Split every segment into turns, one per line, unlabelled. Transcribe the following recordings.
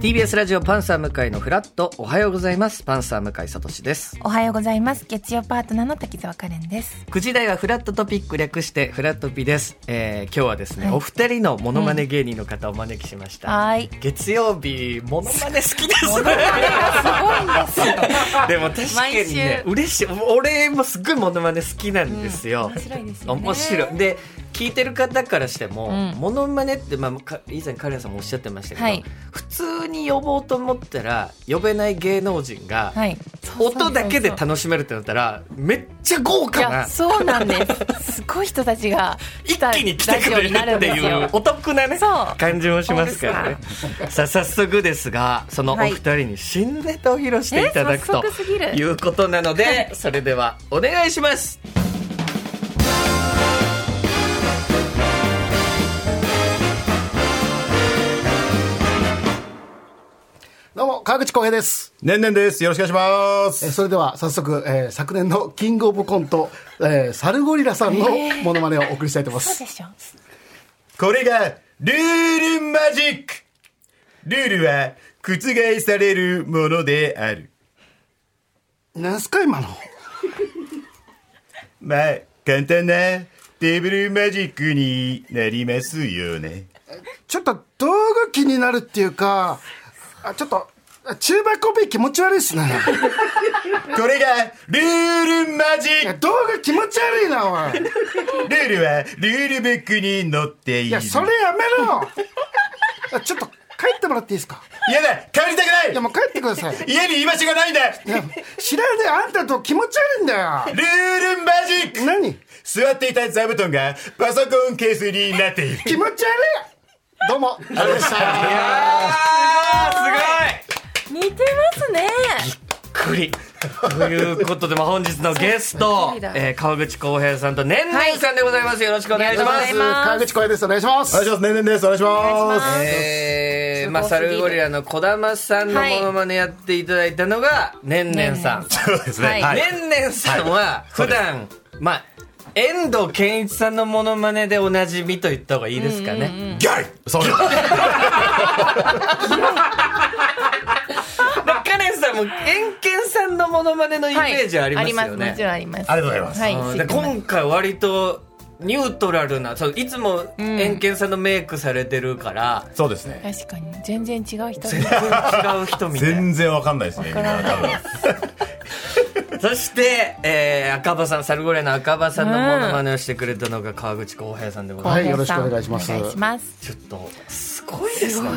TBS ラジオパンサー向井のフラットおはようございますパンサー向井聡です
おはようございます月曜パートナーの滝沢カレンです
9時台はフラットトピック略してフラットピです、えー、今日はですね、
はい
お二人のモノマネ芸人の方をお招きしました、
はい
月曜日モノマネ好きです
すごいんですよ
でも確かにね
毎週
嬉しい俺もすっごいモノマネ好きなんですよ、
面白いですよね
面白いで聞いてる方からしても、
うん
モノマネって、まあ、か以前カレンさんもおっしゃってましたけど、
はい
普通に呼ぼうと思ったら呼べない芸能人が、
はい
音だけで
そうそう
楽しめるってなったらめっちゃ
そ
豪
うい
華な
やそうなんですすごい人たちが
一気に来てくれるっていうお得なね
そう
感じもしますからねさあ早速ですがそのお二人に新ネタを披露していただくと
え早速すぎる
いうことなので、
はい
それではお願いします
どうも、川口浩平です。
ねんねんです。よろしくお願いしま
えー
す。
それでは早速、えー昨年のキングオブコント、えーサルゴリラさんのモノマネをお送りしたいと思いま
そう
す。
でしょ
これが、ルールマジックルールは、覆されるものである。
なんすか、今の。
まあ、簡単なテーブルマジックになりますよね。
ちょっと道具気になるっていうか、あちょっと、あ中盤コピー気持ち悪いっすね。
これが、ルールマジ
いや
ッ
道具気持ち悪いな、おい。
クルールは、ルールブックに載っている。
いや、それやめろあちょっと、帰ってもらっていいですか
嫌だ帰りた
い
く
や、
ない
もう帰ってください。い
家に居場所がないんだル
や、知らねえ、あんたと気持ち悪いんだよ。
ールマジック
何
座っていた座布団が、パソコンケースになっている。
気持ち悪いどうも、ありがとうございました。
あーす
似てますね
ごいびっくりということで、まあ、本日のゲスト
びっくりだ、
えー、川口浩平さんとねんねんさんでございます、よろしくお願いし
ありがとうご
ま
ざい
す
ます
川口光です。お願いします。
ます。ねんねんです。お願いし
お願いしますすごすぎ
えー
る
まあ、サルゴリラの児玉さんのモノマネやっていただいたのが、ねんねんさん。
そうですね。
はい
はい。
ねんねんさんは普段、まあ遠藤健一さんのモノマネでおなじみと言った方がいいですかね、
ギャイそうよ。
まあカレンさんも遠健さんのモノマネのイメージありますよ
はいありますもちろ
ね、
んあります
ありがとうござ
います
う
は
ん
い
で今回割とニュートラルなそういつも遠健さんのメイクされてるから、
そうで すね。
確かに全然違う人
全然違う人みたいな
全然わかんないですね。
わからない
みんな
そして、えー赤羽さんサルゴリラの赤羽さんのモノマネをしてくれたのが川口浩平さんでございます、
はいよろしくお願いします
お願いします
ちょっとすごいですね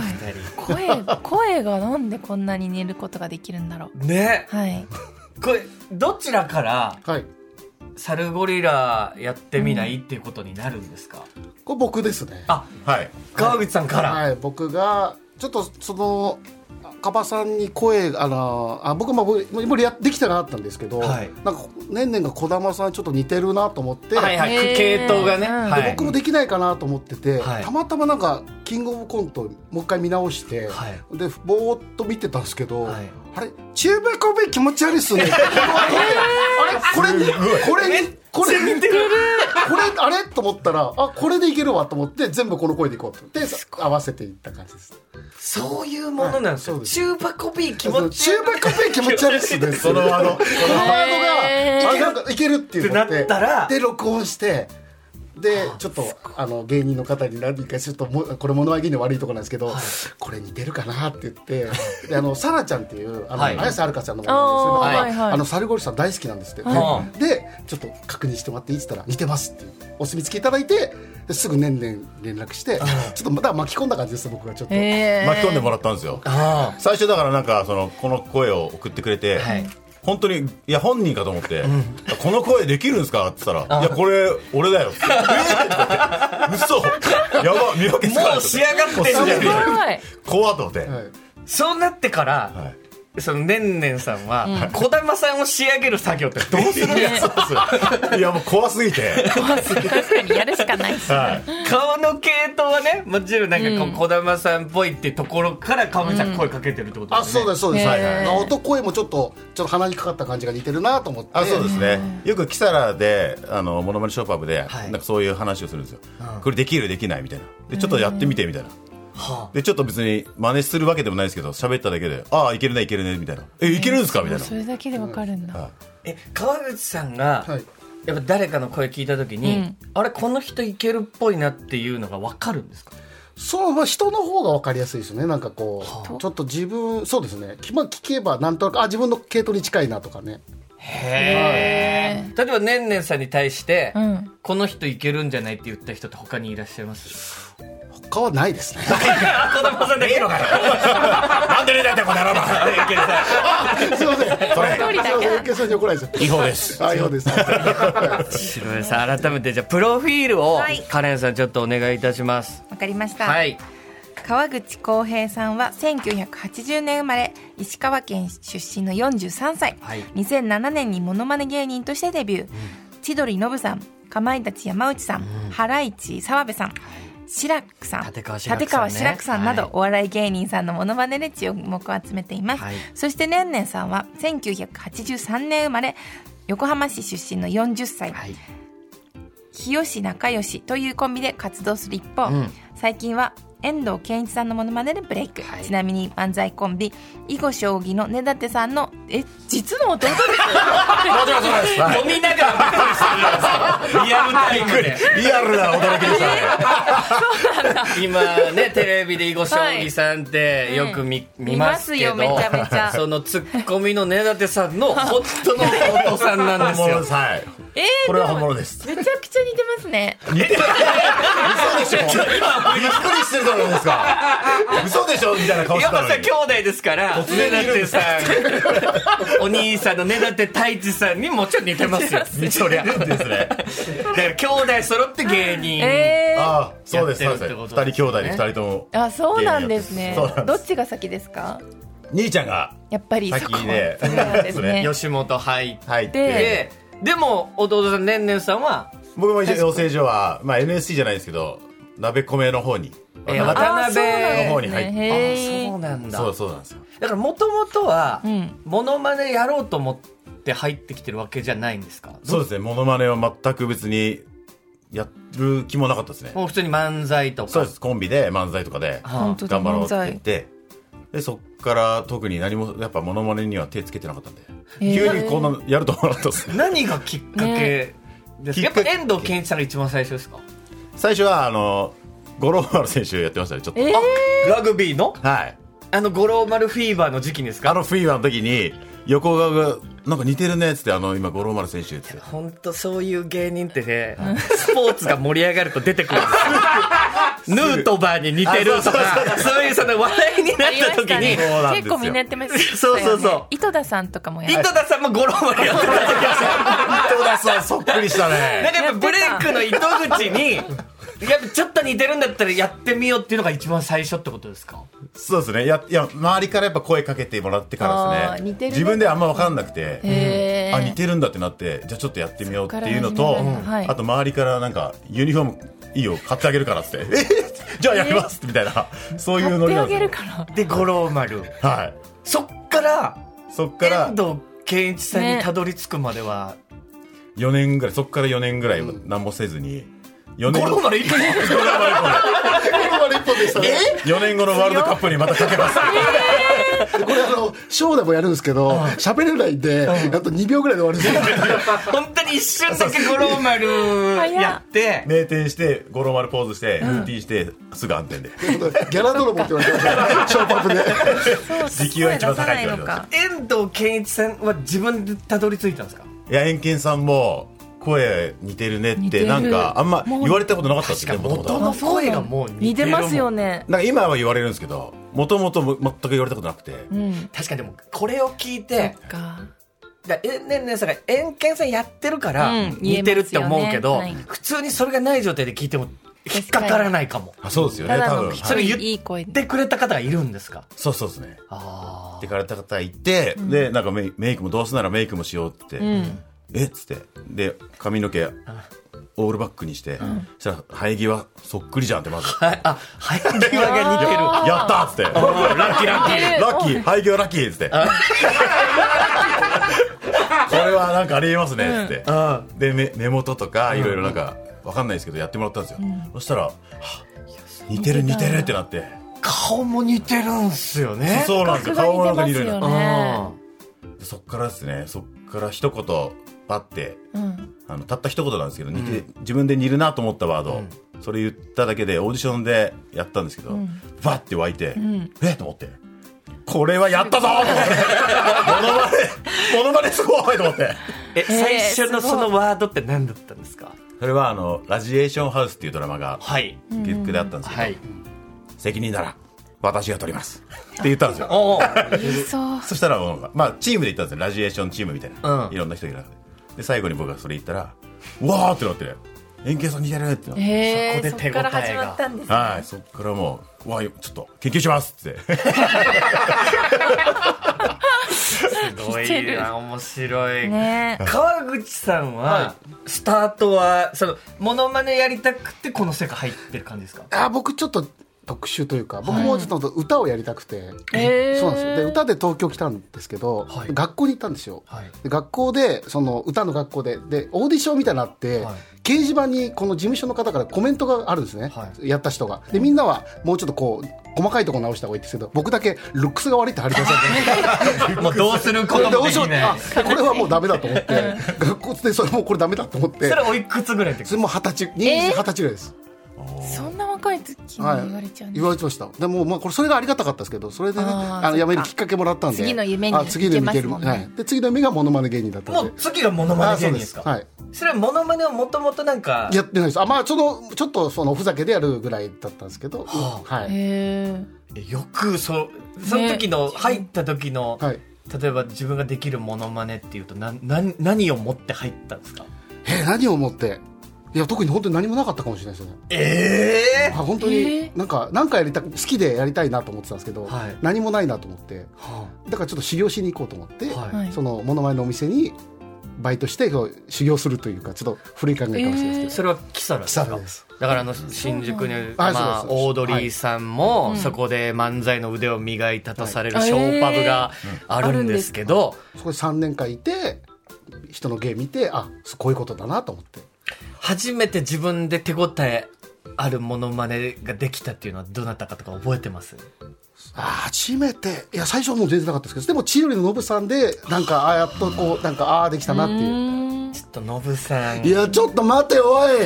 二人
声声がなんでこんなに寝ることができるんだろう
ね
はい
これどちらから
はい。
サルゴリラやってみない、っていうことになるんですか
これ僕ですね。
あ
はい。
川口さんから、
はい、僕が、ちょっとその、カバさんに声、あの、あ僕も僕もうやできてなかったんですけど、
はい
なんか、ねんねんが児玉さんちょっと似てるなと思って、
はいはい
へー
系統がね、
うん
はい、
僕もできないかなと思ってて、
はい
たまたまなんか、キングオブコントもう一回見直して、
はい
で、ぼーっと見てたんですけど、
はい
あれ中部コベ気持ち悪 いっすね。これ、これに、これに、これに、これあれと思ったらあこれでいけるわと思って全部この声でいこうと思って合わせていった感じです
そういうものなんですよ、
はい
中箱 B 気持
中盤
ち悪い
コピー気持ち悪い っすね
そのワード。
そのワードが
へ
あなんかいけるっていうの
ってなったら
で録音してでちょっとあの芸人の方に何かちょっともこれ物上げの悪いところなんですけど、これ似てるかなって言ってであのサラちゃんっていうあの、
はい
綾瀬はるかちゃんのも
あ
の
ー
なん
は
ですけ
い
ど、
はい
あのサルゴリさん大好きなんですって、
は
でちょっと確認してもらっていいって言ったら似てますっていうお墨付きいただいてですぐ年々連絡してちょっとまた巻き込んだ感じです僕がちょっと。
え
巻き込んでもらったんですよ。
あ
最初だからなんか、その、この声を送ってくれて、
はい
本当に、いや、本人かと思って、この声できるんですかって言ったら、いや、これ、俺だよって。えー嘘やば、見分けつかない。
もう仕上がってんじゃん
もう仕上
すごい
がってる怖っと思って。
はい
そうなってから、
はい
そのねんねんさんは児、玉さんを仕上げる作業ってどうするん
い
です
やそうそういやもう怖すぎて、
確かにやるしかないし
はい、
顔の系統はねもちろんなんかこう児玉さんっぽいってところから川口さん声かけてるってこと
あ
ですね、
そうですそうです、
へー
はいはい、音声もちょっとちょっと鼻にかかった感じが似てるなと思って
あそうですね、よくキサラであのモノマネショーパブで、
はい
なんかそういう話をするんですよ、これできるできないみたいなでちょっとやってみてみたいな、
は
でちょっと別に真似するわけでもないですけど喋っただけで「ああいけるねいけるね」みたいな「えいけるんですか?」みたいな
それだけでわかるんだ、
はい
え川口さんが、
はい
やっぱ誰かの声聞いた時に、
うん
あれこの人いけるっぽいなっていうのが分かるんですか
そう、まあ、人の方が分かりやすいですね。なんかこう、ちょっと自分、そうですね。まあ、聞けば、なんとなく、あ、自分の系統に近いなとかね。
へえ例えばねんねんさんに対して、
うん
この人いけるんじゃないって言った人って他にいらっしゃいます
他はないですね。
子供さんだけのか
なんでねえだってこの野郎
すいません。
それ
すいません。余計さんに怒られちゃった。
違法です
あ、ようです。はい
白井さん改めてじゃあプロフィールを、
はい
カレンさんちょっとお願いいたします
わかりました、
はい
川口浩平さんは1980年生まれ石川県出身の43歳、
はい
2007年にモノマネ芸人としてデビュー、千鳥ノブさんかまいたち山内さん、ハライチ澤部さん志らくさん
立川志らくさんね
立川志らくさんなど、
はい
お笑い芸人さんのモノマネで注目を集めています、
はい
そしてねんねんさんは1983年生まれ横浜市出身の40歳、
はい
日吉仲良しというコンビで活動する一方、
うん
最近は遠藤健一さんのモノマネでブレイク、
はい
ちなみに漫才コンビ囲碁将棋の根建さんのえ実の 弟です
飲みながらびっくりしてるリアルタイムで
リアルな驚きでしたね
今ねテレビで囲碁将棋さんってよく見,、
うん
見ますけど
見ますよめちゃめちゃ
そのツッコミの根立さんの本当の弟さんなんです
本物
よ
ですはい
えー、
これ
で
は本
も
物です
めちゃくちゃ似てますね
似てる嘘でしょびっくりしてるじゃないですか嘘でしょみたいな顔し
や
て
ったぱ
の
さ
に
兄弟ですから
突然いる
根立さ んお兄さんの根立太一さんにもちろん似てま すよ
似てるんです
だ
ね
から兄弟揃って芸人、
えー、
ああそうです
や
そ
っ
う
て
で
るって
す
こ
二
と
人兄弟で二人とも
あそうなんですね
そうなん
ど
で
っちが先ですか
す兄ちゃんが
やっぱりそこ
先で
そうなんですね
吉本入って、
入って
ででも弟さんねんねんさんは、
僕も一応養成所は、まあ、NSC じゃないですけど鍋米の方に
えー
渡
渡
あそうなんです
辺
の方に入っ
ねへー
うなん
そうそうなんですよ
だからもともとは、
ん
モノマネやろうと思って入ってきてるわけじゃないんですか
そうですねモノマネは全く別にやる気もなかったですね
もう普通に漫才とか
そうですコンビで漫才とかで
はあ
本当だ
頑張ろうっ
漫
て
才
言ってでそっから特に何もやっぱモノマネには手つけてなかったんで
へー
急にこんなのやると思わなかったですね
何がきっかけですか、
きっかけ
やっぱ遠藤健一さんが一番最初ですか
最初はあの五郎丸選手やってましたねちょっと
えー、
ラグビーの
はい
あの五郎丸フィーバーの時期です
あ
か
のフィーバーの時に横顔がなんか似てるねっつってあの今五郎丸選手 っつって
本当そういう芸人ってねスポーツが盛り上がると出てくるん ですよヌートバーに似てるとかそういうその話題にな
あ
っ
りま
た時
した
に
ね
そうなんですよ
結構みんなやってますよね
そうそうそう
井戸田さんとかもやっ
井戸田さんも五郎丸やってた時
伊藤田さんそっくり した
なん
ね
かやっぱブレイクの糸口に、 やっぱちょっと似てるんだったらやってみようっていうのが一番最初ってことですか
そうですねいやいや周りからやっぱ声かけてもらってからです
あー似
ね
てるね
自分であんま分かんなくて
へー
あ似てるんだってなってじゃあちょっとやってみようっていうの
そっ
と
から始めるんだはい
あと周りからなんかユニフォームいいよ買ってあげるからっつってえ じゃあやりますみたいなそういう
や
ノ
って
リな
あ
んで
げ
すよ
るから
で、五郎丸。
はい
そっから、
そっから
遠藤健一さんにたどり着くまでは、
4年ぐらいそっから4年ぐらい何もせずに4年
五郎丸一本
これは一本でしたね。
4年後のワールドカップにまたか けます
これあの、ショーでもやるんですけど、喋れないんで、あと2秒ぐらいで終わるんですよ。
本当に一瞬だけ五郎丸やって、
名店して五郎丸ポーズしてルーティンしてすぐ暗転で
ギャラ泥棒って言われてました。ショーパブで。
そう
時給は一番高いって言わ
声出さな
れてました
のか
遠藤健一さんは自分でたどり着いたんですか
いやエンケンさんも声似てるねっ
似て
て
る
なんかあんま言われたことなかったですねもとも
元
と
の声がもう似
似
て
て
る
ますよね。
なんか今は言われるんですけどもともと全く言われたことなくて
うん。
確かにでもこれを聞いて
か。
だえねんねんさんが円健さんやってるから
うん
似てるって思うけ
言え
ど、
ますよねはい
普通にそれがない状態で聞いても引っかからないかも
あそうですよね
ただ
多
の
分
聞
それ言っ
いい声で。
言ってくれた方がいるんですか
そうそうですね
あ
ってかれた方いて、でなんかメイメイクもどうすならメイクもしようって、えっつってで髪の毛オールバックにして、そしたら生え際そっくりじゃんってまず
ああ生え際が似てる
「やった!」っつって「ラ
あラッキーラッキー
ッキー生え際ラッキー」っつって「これはなんかありえますね」っつって、
うん
で目目元とかいろいろなんかわかんないですけどやってもらったんですよ、そしたらはっ「似てる似てる」ってなって。
顔も似てるんすよね
そうなんですよ。顔なんか似るようになっ
うん
ね
てそっからですね、そっから一言、パって、
うん
あのたった一言なんですけど、似て自分で似るなと思ったワード、それ言っただけでオーディションでやったんですけど、バッて湧いて、えっと思ってこれはやったぞと思って モノマネモノマネすごいと思って
え最初の
すごい
そのワードって何だったんですか
それはあの「ラジエーションハウス」っていうドラマが
はい
月9であったんですけど、
はい
責任なら私が取りますって言ったんですよ
おお
そう
そしたらもう、まあ、チームで行ったんですよラジエーションチームみたいな、
うん
いろんな人いる中でで最後に僕がそれ言ったら「うわー!」ってなってね円形さん似てるってなって。
へえ
そ
そ
こ
こ
で手応えが
から始まったんですね
はい、そっからもう、うわ、ちょっと、研究しますって。
すごいな面白い、
ね
川口さんは、スタートはそのモノマネやりたくてこの世界入ってる感じですか
あ僕ちょっと特殊というか僕もちょっと歌をやりたくて、
へー
そうなんですよで歌で東京来たんですけど、
はい
学校に行ったんですよ、
はい
で学校でその歌の学校ででオーディションみたいなのあって、
はい
掲示板にこの事務所の方からコメントがあるんですね、
は
やった人がでみんなはもうちょっとこう細かいところ直した方がいいんですけど僕だけルックスが悪いって貼り出されて
もうどうするこ
これ
と
で
も
面
で
白
き
い
な
あ
い
これはもうダメだと思って学校でそれもうこれダメだと思って
それおいくつぐらいの時
それもう二十歳二十歳ぐらいです、
そんな若い時に
はい
言われちゃうんで
言
す
われてましたでもまあこれそれがありがたかったですけどそれでね
あ
あ
ー
の辞めるきっかけもらったんで
次の夢に
あ次の夢
行けますもんね
はい、で次の夢がモノマネ芸人だった
も
ん
う
で
次がモノマネ芸人ですか
あそうです
それはモノマネをもともとなんか
はいやってないですあまあそのちょっとそのおふざけでやるぐらいだったんですけど、
は
はい、
へえ
よくそその時の、入った時の、
はい、
例えば自分ができるモノマネっていうとなな何を持って入ったんですか
えー何を思っていや特に本当に何もなかったかもしれないですよね
ええ
あ本当
え
になんかなんかやりたく好きでやりたいなと思ってたんですけど、
はい
何もないなと思って
は
だからちょっと修行しに行こうと思って、
い
はい
そのモノマネのお店にバイトしてこう修行するというかちょっと古い考えかもしれないですけど、
それはキサラです
さ
か
あそうです
だからあの新宿に、
あ
まあ、
そうです
オードリーさんも、そこで漫才の腕を磨いたとされる
はい
ショーパブがあるんですけど、
そこで3年間いて人の芸見てあそうこういうことだなと思って
初めて自分で手応えあるモノマネができたっていうのはどなたかとか覚えてます
あ初めていや最初はもう全然なかったですけどでも千鳥のノブさんでなんかあやっとこうなんかああできたなっていう。
ちょっとノブさん
いやちょっと待ておい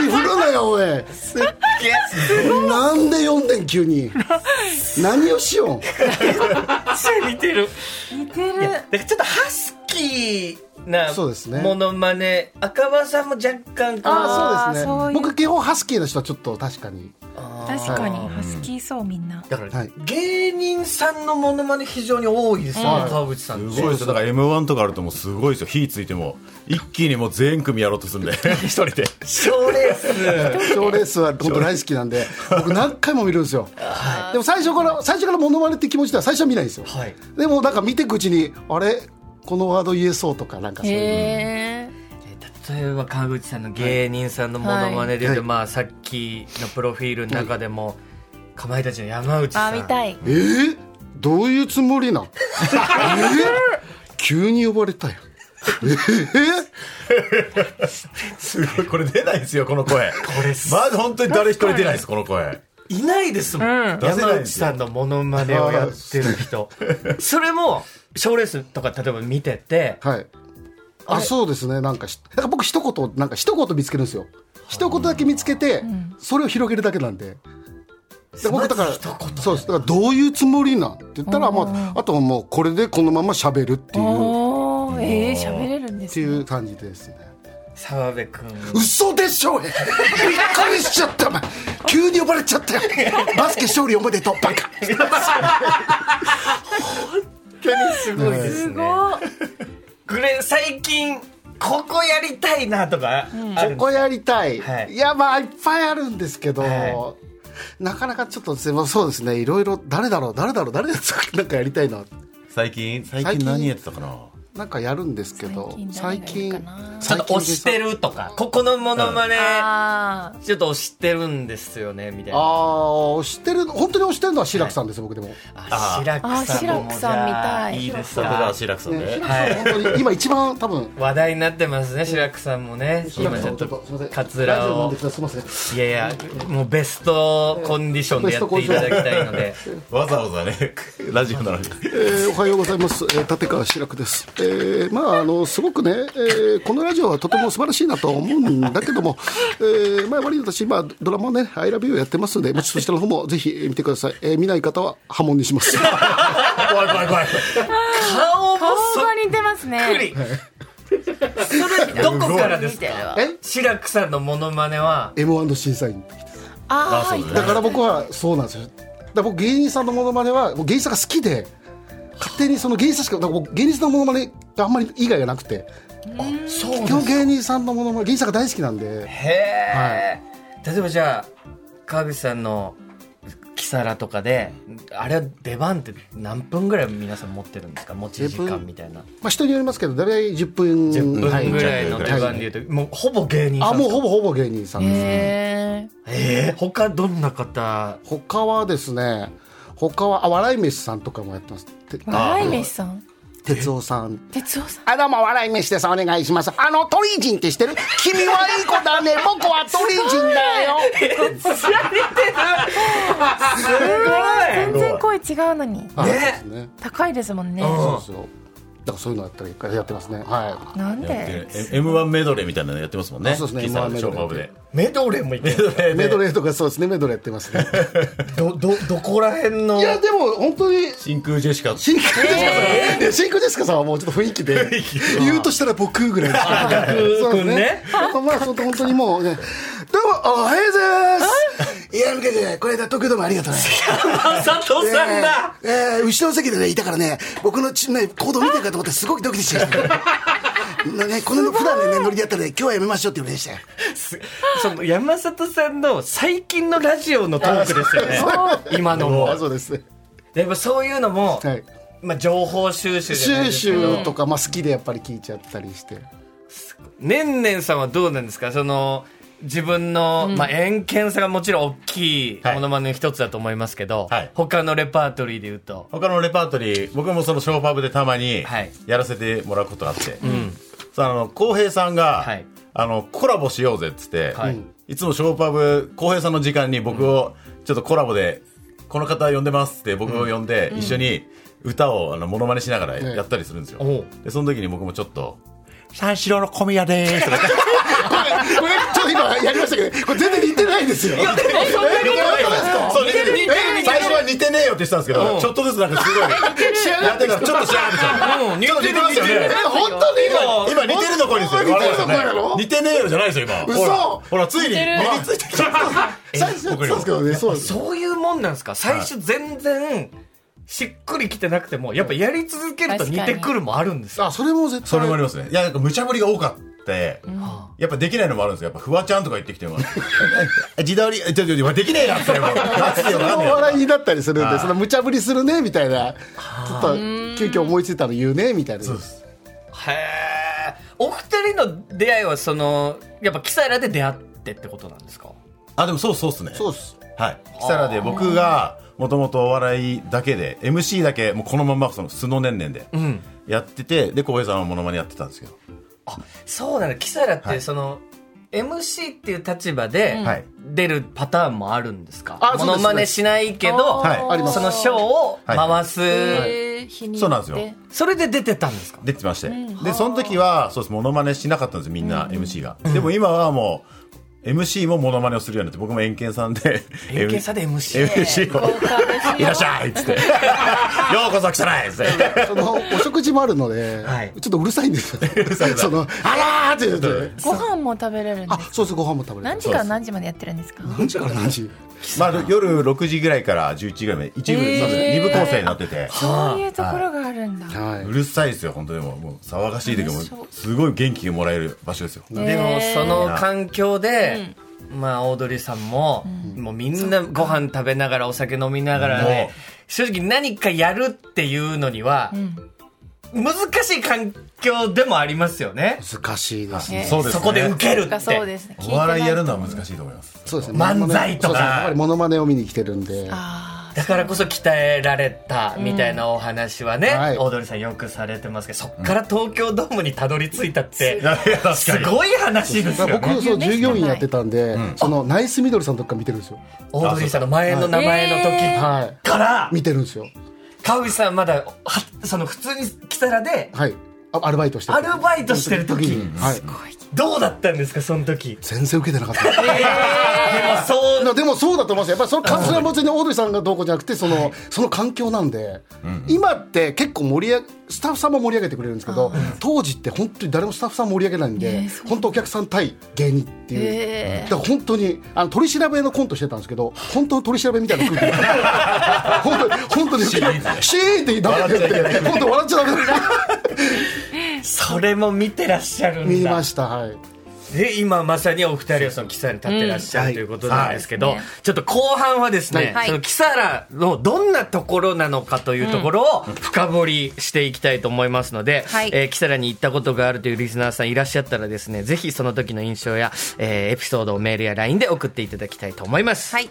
急に振るなよおい
すっげえ
なんで読んでん急に何をしよん
似てる
似て
いや
る
だからちょっとハスキーな
そうですね
モノマネ赤羽さんも若干こう
ああそうですね
あーそういう
僕基本ハスキーの人はちょっと確かに
確かにハスキーそうみんな
だから、
はい
芸人さんのモノマネ非常に多いですよね、
はい
川口さんっ
す
て
ごいですよ。だから M1 とかあるともうすごいですよ。火ついても、一気にもう全組やろうとするんで、 一人で。
賞レース
賞レースは本当大好きなんで僕何回も見るんですよ、でも最初から最初からモノマネって気持ちでは最初は見ないんですよ、
はい
でもなんか見ていくうちにあれこのワード言えそうとかなんかそういう
へえ
え例えば川口さんの芸人さんのモノマネで言うと、
はい
まあ、さっきのプロフィールの中でも、かまいたちの山内さ
あ
ん
見たい
えー、どういうつもりなんえー、急に呼ばれたよえー、
すごい、これ出ないですよ、この声。
これす
まず本当に誰一人出ないです、この声。
いないですもん、
出せ
山
ないで
内
すよ
さんのモノマネをやってる人それも賞レースとか例えば見てて
はいあそうですねなんかしなんか僕一言なんか一言見つけるんですよ一言だけ見つけて、それを広げるだけなんでで僕だから
まず一言
そうですだからどういうつもりなんって言ったら、まあ、あとはもうこれでこのまま喋るっていうっ
おーええ喋れるんで
て
す
い
ね
う感じですね
澤部君
嘘でしょびっくりしちゃったお前急に呼ばれちゃったよバスケ勝利おめでとうバカ
すごいですねこれ最近ここやりたいなとかある
ここやりたい、
はい
い、やまあいっぱいあるんですけど、
は
なかなかちょっとでもそうですねいろいろ誰だろう誰だろう誰だろうなんかやりたいな
最近、最
最
近
近
何やってたかな
なんかやるんですけど最
最近誰がいるかな
近
ちょっと押してるとか、ここのモノマネ、
あ
ちょっと押してるんですよね、みたい
あ
な。
あ押してる本当に押してるのは志らくさんです、僕でも
あ、白
あー白くさんみたい
いいですか、それでは志らくさん
ね志ら
で。
くさん本当に今一番多分
話題になってますね、白くさんもね。
志ら
今
く
ち
さ
ょ
ん
っ
ちょっと
と
すみません
カツラを
ラジオ飲んできたすみません
いやいや、もうベストコンディションでやっていただきたいので。
わざわざね、ラジオ なのに。
えーおはようございます、えー立川志らくです、えーまああのすごくね、えーこのラジオはとても素晴らしいなと思うんだけども、えーまあ悪い私今ドラマをね「アイラビューやってますんで、まあ、ちょっと下の方もぜひ見てください、えー見ない方は波紋にします
怖い怖い怖い。
顔
顔
も
が似てます
そっく
ね
り。どこからです
見てる
か
わ
え
白くさんのモノマネは、
m 1の審査員
あ
あ
あ
そうだね
だから僕はそうなんですよだから僕芸人さんのものまねはもう芸人さんが好きで勝手にその芸人さんしかだから僕芸人さんのものまねがあんまり以外がなくて
そう
基本芸人さんのものまね芸人さんが大好きなんで
へえ、例えばじゃあ川口さんのキサラとかであれは出番って何分ぐらい皆さん持ってるんですか持ち時間みたいな
まあ、人によりますけど大体10分
10分ぐらいの
は
出
い
番でいうともうほぼ芸人さん
あも
で
う
す
ほ
か
ぼほぼ芸人さんです、
へえ
えー、他どんな方
他はですね他はあ笑い飯さんとかもやってますて
笑い飯さん
哲夫さん
哲夫さん
あどうも笑い飯ですお願いしますあの鳥人ってしてる君はいい子だね僕は鳥人だよ
全然声違うのに
あそうですね
高いですもんね
うん
そうですよだからそういうのやったりやってますねは
なんで
M1 メドレーみたいなのやってますもんね。
あそうですね
喫茶
M1 メドレー
ショーパブで。
メドレーもいける
いメドレーとかそうですねメドレーやってますね
どどどこら辺の
いやでも本当に
真空ジェシカ。
真空ジェシカさん、いや真空ジェシカさんはもうちょっと雰囲気で言うとしたら僕ぐらいですからそうです
ね
あとまあ本当にもうねどうもおはようございますいや向けてこれだ東京ドームありがとうね
あ佐藤さんだ、
えーえー後ろの席でねいたからね僕のち、ね、行動見てるかと思ってすごくドキドキして たね、この普段ねノリでやったらね今日はやめましょうって言われましたよ
その山里さんの最近のラジオのトークですよね今のも
そうですね
やっぱそういうのも、
はい
まあ、情報収集じ
シ
ゃない
ュ
で
ー
す
シ
けど
ューとか、まあ、好きでやっぱり聞いちゃったりして
ねんねんさんはどうなんですかその自分の、まあ、遠見さがもちろん大きい
はい
ものまね一つだと思いますけど、
はい
他のレパートリーで言うと
他のレパートリー、僕もそのショーパブでたまに
はい
やらせてもらうことがあって、そのあの浩平さんが、
はい
あのコラボしようぜっつって、
はい
い、つもショーパブ浩平さんの時間に僕をちょっとコラボで、この方呼んでますって僕を呼んで、一緒に歌をあのモノマネしながらやったりするんですよ、
おう
でその時に僕もちょっと「三四郎の小宮でーす」とか言って
これ、これ、 ちょっと今やりましたけど、これ全然似てないですよ。
そう似てる似てる
え
最初は似てねえよってしたんですけど、
うん
ちょっとずつなんかすご いやってからちょっと仕上がってきた
うん似てる
ちょっと似てますよね
本当に今
今似てるの声ですよ。
似てるの声なの
似てねえよじゃないですよ、今。
嘘
ほらほら、ついに身についてきた。
最初やってたんですけどね、そうです。
そういうもんなんですか最初全然しっくりきてなくてもやっぱやり続けると似てくるもあるんですよ
あ、それも絶対。
それもありますね。いや、なんか無茶ぶりが多かった。やっぱできないのもあるんですよ。やっぱフワちゃんとか言ってきて も。自撮り、ちょちょちょ、できねえやって。もうなんすよ、
それ
な
も
んだ
お
よ。
笑いだったりするん
は
で、
い
その無茶ぶりするねみたいな。ちょっと急遽思いついたの言うねみたいな。
そうです。
へえお二人の出会いはそのやっぱキサラで出会ってってことなんですか
あ、でもそうそうっすね。
そうです。
はい。キサラで僕が、もともとお笑いだけで、MC だけ、もうこのままその素の年々で
ん
やってて、で、浩平さんはモノマネやってたんですけど。
そうなんだキサラっ
は
て
い
その、MC っていう立場で
はい
出るパターンもあるんですか、
あ
モ
そうです
ノマネしないけど、
はい
あります
そのショーを回す、
えー日によって
そうなんですよ
それで出てたんですか
出てまして、でその時はそうですモノマネしなかったんですみんな MC が、でも今はもう MC もモノマネをするようになって僕も円形さんで
偏見差で MC
MC を「 いらっしゃい」っ つって「ようこそ来たない」っつって
そのお食事もあるので
はい、
ちょっとうるさいんですよ。その、あらーって言って。
ご飯も食べれるんで
あ
す、
そうです、ご飯も食べれる
何。時から何時までやってるんですか
何時から何時
まあ夜6時ぐらいから11時ぐらいまで一部、
へー
二部構成になってて
そういうところがあるんだ、
は
う
い。
るさいですよ本当にもうもう騒がしい時もすごい元気がもらえる場所ですよ
でもその環境で、まあオードリーさんも、もうみんなご飯食べながらお酒飲みながらで、
もう
正直何かやるっていうのには、難しい環境でもありますよね。
難しいですね。
ね
そうですね
そこで受けるっ
が
て。
そうですね。聞いて
お
ない
笑いやるのは難しいと思います。
そうですね。
漫才とか
そうですねやっぱりモノマネを見に来てるんで。
あ
だからこそ鍛えられたみたいなお話はね、
はい
オードリーさんよくされてますけど、そっから東京ドームにたどり着いたって
い、やいや確かに
すごい話です
だから
よ
僕
ね。
そう従業員やってたんで、そのナイスミドルさんとか見てるんですよ。
オードリーさんの前の名前の
は
時から
い。、見てるんですよ。
川口さんはまだ、はその普通にキサラで、
はい。あアルバイトしてる
アルバイトしてる時
にはい。
どうだったんですか、その時。
全然受けてなかった。
でもそう、
でもそうだと思いますやっぱりそのカスラも別にオードリーさんがどうこうじゃなくてその,、その環境なんで、今って結構盛り上げスタッフさんも盛り上げてくれるんですけど当時って本当に誰もスタッフさん盛り上げないんで、本当お客さん対芸人っていう、だから本当にあの取り調べのコントしてたんですけど本当の取り調べみたいな空気 本当に本当にシーンって言ってて本当笑っちゃダメだ
それも見てらっしゃるんだ。
見ましたはい
で今まさにお二人はそのキサラに立ってらっしゃる、ということなんですけど、
はいはい
ちょっと後半はですね、
はい
そのキサラのどんなところなのかというところを深掘りしていきたいと思いますので、
はい
えーキサラに行ったことがあるというリスナーさんいらっしゃったらですねぜひその時の印象や、えーエピソードをメールや LINE で送っていただきたいと思います。
はい